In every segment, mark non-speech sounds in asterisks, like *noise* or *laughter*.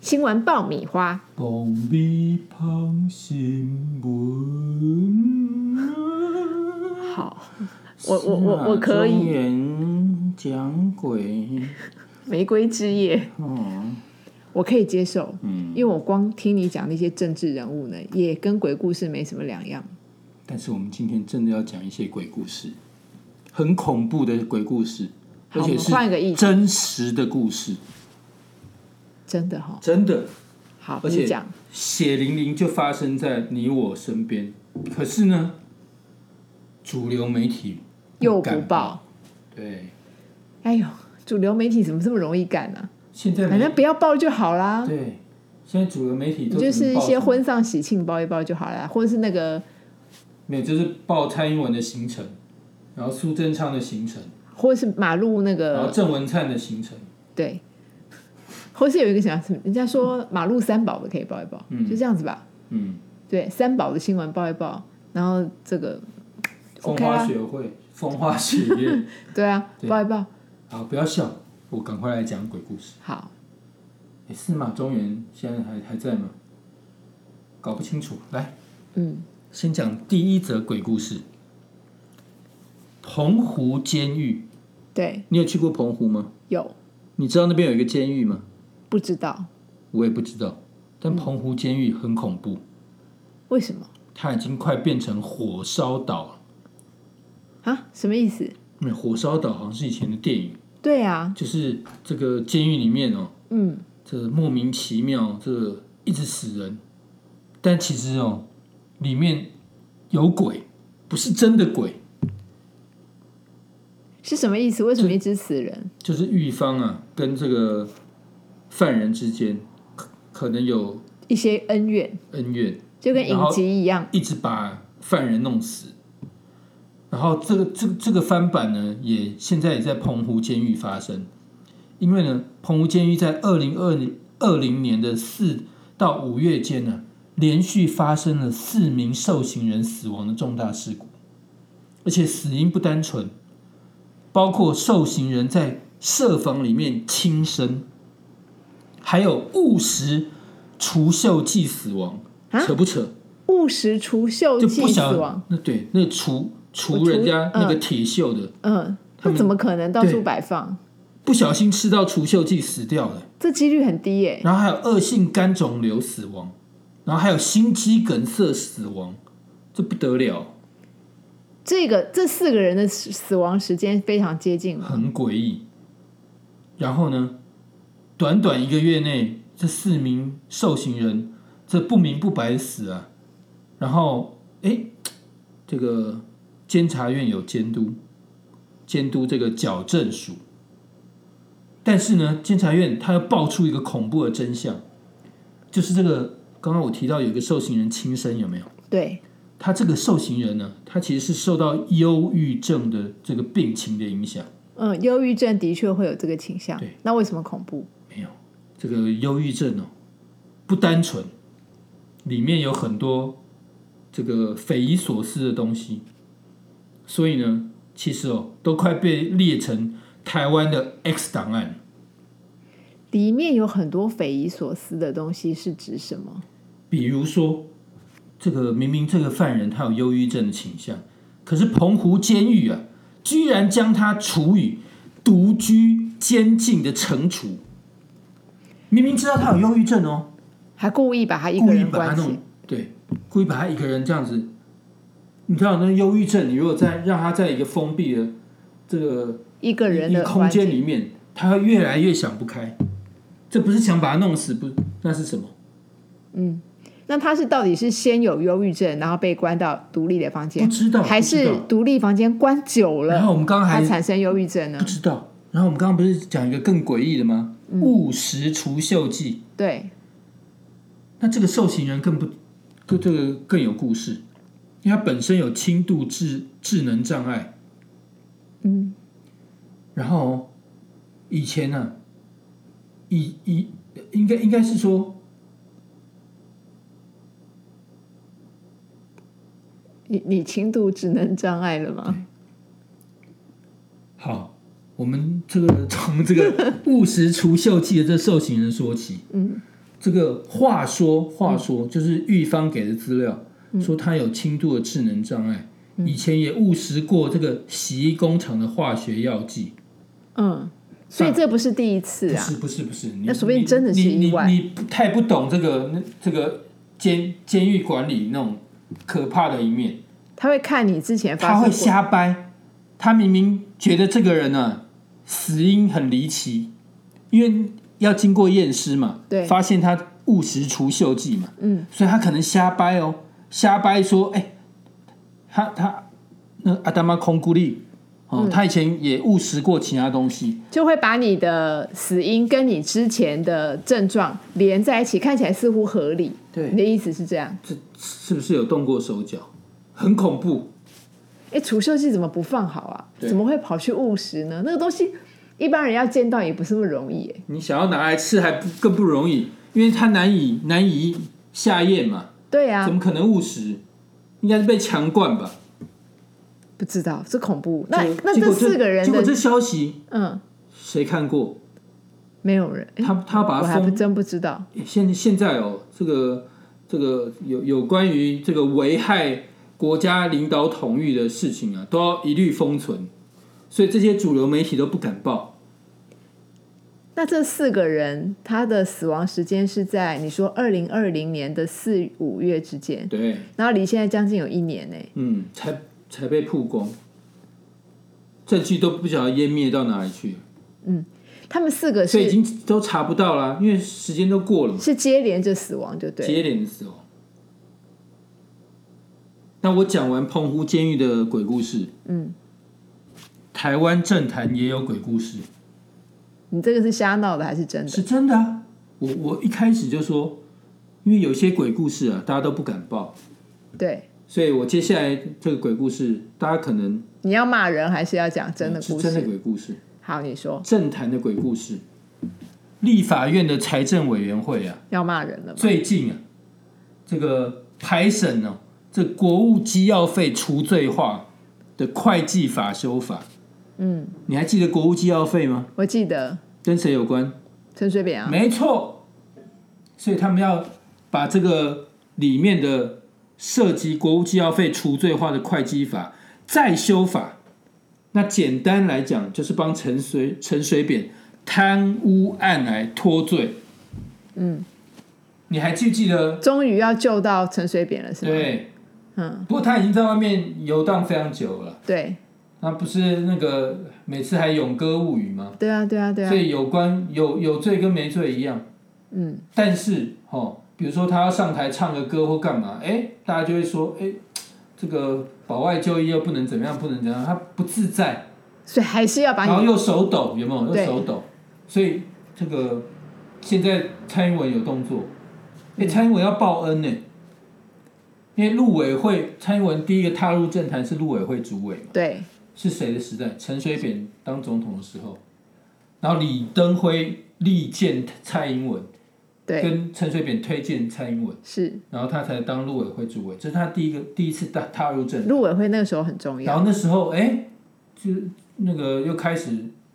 新闻爆米花。爆米香新闻，好，我我啊我我可中以。原讲鬼，玫瑰之夜，哦，我可以接受，嗯，因为我光听你讲那些政治人物呢，也跟鬼故事没什么两样。但是我们今天真的要讲一些鬼故事，很恐怖的鬼故事，好而且我们换一个意是思真实的故事，真的哈、哦，真的，好，而你且讲，血淋淋就发生在你我身边。可是呢，主流媒体又不敢报，对，哎呦，主流媒体怎么这么容易干呢、现在反媒正不要报就好啦，对，现在主流媒体都就只能是一报些什么婚丧喜庆报一报就好啦，或者是那个没有，就是报蔡英文的行程，然后苏贞昌的行程，或是马路那然后个郑文灿的行程，对，或是有一个想什么，人家说马路三宝的可以报一报，嗯就这样子吧。嗯，对，三宝的新闻报一报，然后这个风 OK 花啊，雪会，风花雪月， *laughs* 对啊，对报一报。好，不要笑，我赶快来讲鬼故事。好，诶司马中原现在还还在吗？搞不清楚，来。嗯，先讲第一则鬼故事，澎湖监狱。对，你有去过澎湖吗？有你知道那边有一个监狱吗？不知道我也不知道，嗯但澎湖监狱很恐怖，为什么它已经快变成火烧岛了。啊？什么意思？嗯火烧岛好像是以前的电影，对啊，就是这个监狱里面哦，嗯，这莫名其妙，这一直死人，但其实哦，里面有鬼，不是真的鬼，是什么意思？为什么一直死人？就是狱方啊跟这个犯人之间可可能有一些恩怨，恩怨，就跟影然后集一样。一直把犯人弄死。然后这个这这个翻版呢，也现在也在澎湖监狱发生，因为呢，澎湖监狱在二零二零二零年的四到五月间呢，连续发生了四名受刑人死亡的重大事故，而且死因不单纯，包括受刑人在设防里面轻生，还有误食除锈剂死亡，啊扯不扯？误食除锈就剂不死想亡，那对那除除除人家那个嗯铁锈的，嗯，他那们怎么可能到处对摆放？不小心吃到除锈剂死掉了，这几率很低耶、然后还有恶性肝肿瘤死亡，然后还有心肌梗塞死亡，这不得了，这个这四个人的死死亡时间非常接近嘛，很诡异。然后呢，短短一个月内，这四名受刑人这不明不白的死啊，然后哎，这个监察院有监督，监督这个矫正署。但是呢，监察院他又爆出一个恐怖的真相，就是这个刚刚我提到有一个受刑人轻生，有没有？对，他这个受刑人呢，他其实是受到忧郁症的这个病情的影响。嗯，忧郁症的确会有这个倾向对。那为什么恐怖？没有这个忧郁症哦，不单纯，里面有很多这个匪夷所思的东西，所以呢，其实哦，都快被列成台湾的 X 档案。里面有很多匪夷所思的东西，是指什么？比如说，这个明明这个犯人他有忧郁症的倾向，可是澎湖监狱啊，居然将他处以独居监禁的惩处。明明知道他有忧郁症哦，还故意把他一故个意人把他关弄起，对，故意把他一个人这样子。你看，那忧郁症，你如果在让他在一个封闭的这个一个人的空环间境，里面，他会越来越想不开。这不是想把他弄死，不，那是什么？那他是到底是先有忧郁症，然后被关到独立的房不间，知道，还不知是道独立房间关久然了，后我们刚刚还他产生忧郁症呢不？知道。然后我们刚刚不是讲一个更诡异的吗？嗯误食除锈剂。对，那这个受刑人更不，更这个更有故事，因为他本身有轻度智智能障碍。嗯，然后哦以前呢、啊，以以应该应该是说，你你轻度智能障碍了吗？好， *laughs* 我们这个从这个误食除锈剂的这受刑人说起，嗯，这个话说话说，就是狱方给的资料，嗯说他有轻度的智能障碍，以前也误食过这个洗衣工厂的化学药剂。嗯，所以这不是第一次不啊，是不是不是，你那说不定真的是你你意外你你不太不懂这个那这个监监狱管理那种可怕的一面，他会看你之前他发会生过，瞎掰。他明明觉得这个人呢、啊死因很离奇，因为要经过验尸嘛，对发现他误食除锈剂嘛，嗯，所以他可能瞎掰哦，瞎掰说，哎、他他那阿达玛空孤立嗯哦，他以前也误食过其他东西，就会把你的死因跟你之前的症状连在一起，看起来似乎合理。对你的意思是这样？这是不是有动过手脚？很恐怖。哎，除锈剂怎么不放好啊？对怎么会跑去误食呢？那个东西一般人要见到也不是那么容易、哎，你想要拿来吃还不更不容易，因为它难以难以下咽嘛，对啊怎，么可能误食？应该是被强灌吧？不知道，这恐怖。那结果那结这果四个人结果的，这消息嗯，谁看过？没有人，哎他他把我它还不封。真不知道。现现在哦，这个这个有有关于这个危害国家领导统御的事情啊，都要一律封存，所以这些主流媒体都不敢报。那这四个人他的死亡时间是在你说二零二零年的四五月之间，对，然后离现在将近有一年呢、嗯，才才被曝光，证据都不晓得湮灭到哪里去，他们四个所以已是经都查不到啦，因为时间都过了嘛，是接连着死亡，就对。接连的死亡。那我讲完澎湖监狱的鬼故事，嗯，台湾政坛也有鬼故事，嗯你这个是瞎闹的还是真的？是真的啊！我我一开始就说，因为有些鬼故事啊，大家都不敢报，对，所以我接下来这个鬼故事，大家可能你要骂人还是要讲真的是故真的事？鬼故事。好，你说政坛的鬼故事。立法院的财政委员会啊，要骂人了吗？最近啊，这个排审哦、这国务机要费除罪化的会计法修法，嗯，你还记得国务机要费吗？我记得跟谁有关？陈水扁啊，没错，所以他们要把这个里面的涉及国务机要费除罪化的会计法再修法。那简单来讲，就是帮陈水陈水扁贪污案来脱罪。嗯，你还记不记得？终于要救到陈水扁了，是吗？对，嗯，不过他已经在外面游荡非常久了。对，他不是那个每次还咏歌物语吗？对啊，对啊，对啊所，以有关有有罪跟没罪一样。嗯，但是哦，比如说他要上台唱个歌或干嘛，哎，大家就会说，哎，这个保外就医又不能怎么样，不能怎么样，他不自在，所以还是要把然后你又手抖，有没有？对又手抖，所以这个现在蔡英文有动作，哎，嗯蔡英文要报恩呢，因为陆委会蔡英文第一个踏入政坛是陆委会主委，对是谁的时代？陈水扁当总统的时候，然后李登辉力荐蔡英文。对跟陈水扁推荐蔡英文，是然后他才当陆委会主委，这是他第一个第一次踏踏入政。陆委会那个时候很重然要，后那时候，哎，就那个又开始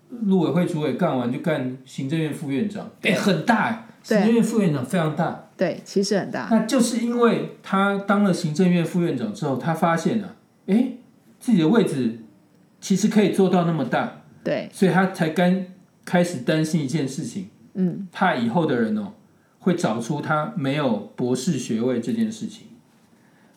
陆委会主委干完就干行政院副院长，哎，很大哎，对行政院副院长非常大。对，其实很大，那就是因为他当了行政院副院长之后，他发现了、啊，哎，自己的位置其实可以做到那么大，对，所以他才刚开始担心一件事情。嗯，怕以后的人哦会找出他没有博士学位这件事情，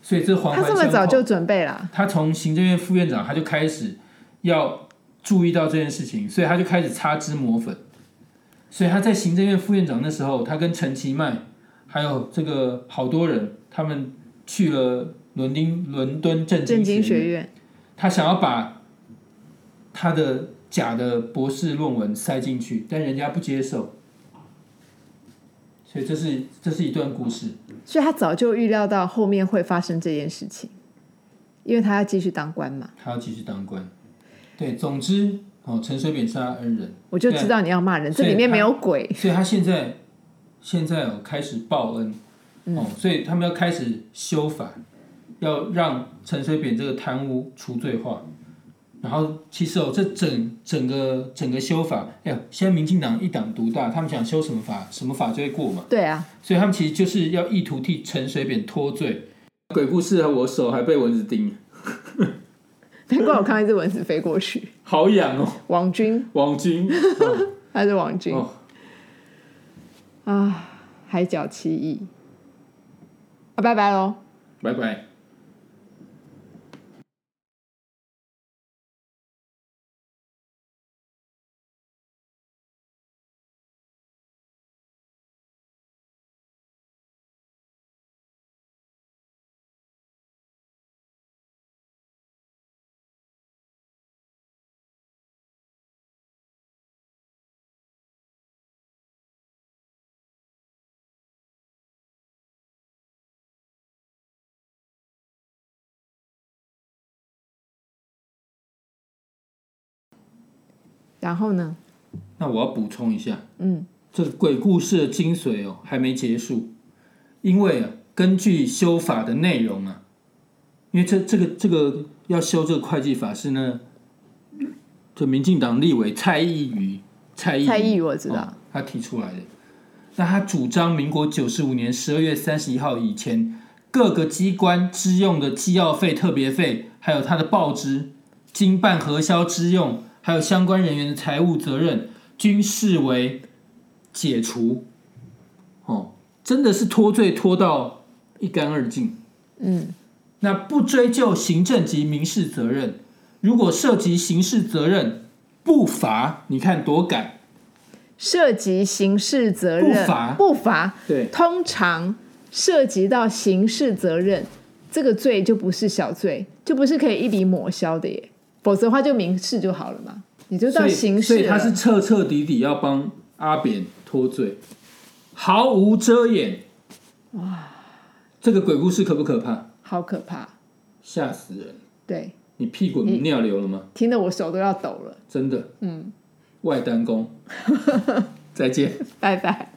所以这环他环这相扣。么早就啊准备了，他从行政院副院长他就开始要注意到这件事情，所以他就开始擦脂抹粉。所以他在行政院副院长那时候，他跟陈其迈还有这个好多人，他们去了伦敦伦敦政政经经学院，学院，他想要把他的假的博士论文塞进去，但人家不接受，所以这是这是一段故事。所以他早就预料到后面会发生这件事情，因为他要继续当官嘛。他要继续当官。对，总之哦，陈水扁是他恩人，我就知道你要骂人，这里面没有鬼。所以他现在现在哦开始报恩哦，所以他们要开始修法，要让陈水扁这个贪污除罪化。然后其实哦，这整整个整个修法，哎呦，现在民进党一党独大，他们想修什么法，什么法就会过嘛。对啊，所以他们其实就是要意图替陈水扁脱罪。鬼故事啊，我手还被蚊子叮，难怪我看到一只蚊子飞过去。 *laughs* 好痒哦，王军，王军。哦他是王军、哦啊，海角七亿啊，拜拜喽。拜拜。然后呢？那我要补充一下，嗯，这个鬼故事的精髓哦还没结束，因为啊，根据修法的内容啊，因为这这个这个要修这个会计法是呢，这民进党立委蔡意瑜，蔡意蔡意我知道，嗯哦他提出来的。那他主张民国九十五年十二月三十一号以前，各个机关支用的机要费、特别费，还有他的报支、经办核销支用，还有相关人员的财务责任，均视为解除。哦，真的是脱罪脱到一干二净。嗯，那不追究行政及民事责任，如果涉及刑事责任，不罚，你看多改。涉及刑事责任不罚不罚对，通常涉及到刑事责任，这个罪就不是小罪，就不是可以一笔抹消的耶。否则的话，就民事就好了嘛，你就所到以，刑所事以他了是彻彻底底要帮阿扁脱罪，毫无遮掩。哇，这个鬼故事可不可怕？好可怕。吓死人！对，你屁滚尿流了吗？听得我手都要抖了。真的，嗯， *laughs* 外单工，再见。拜拜。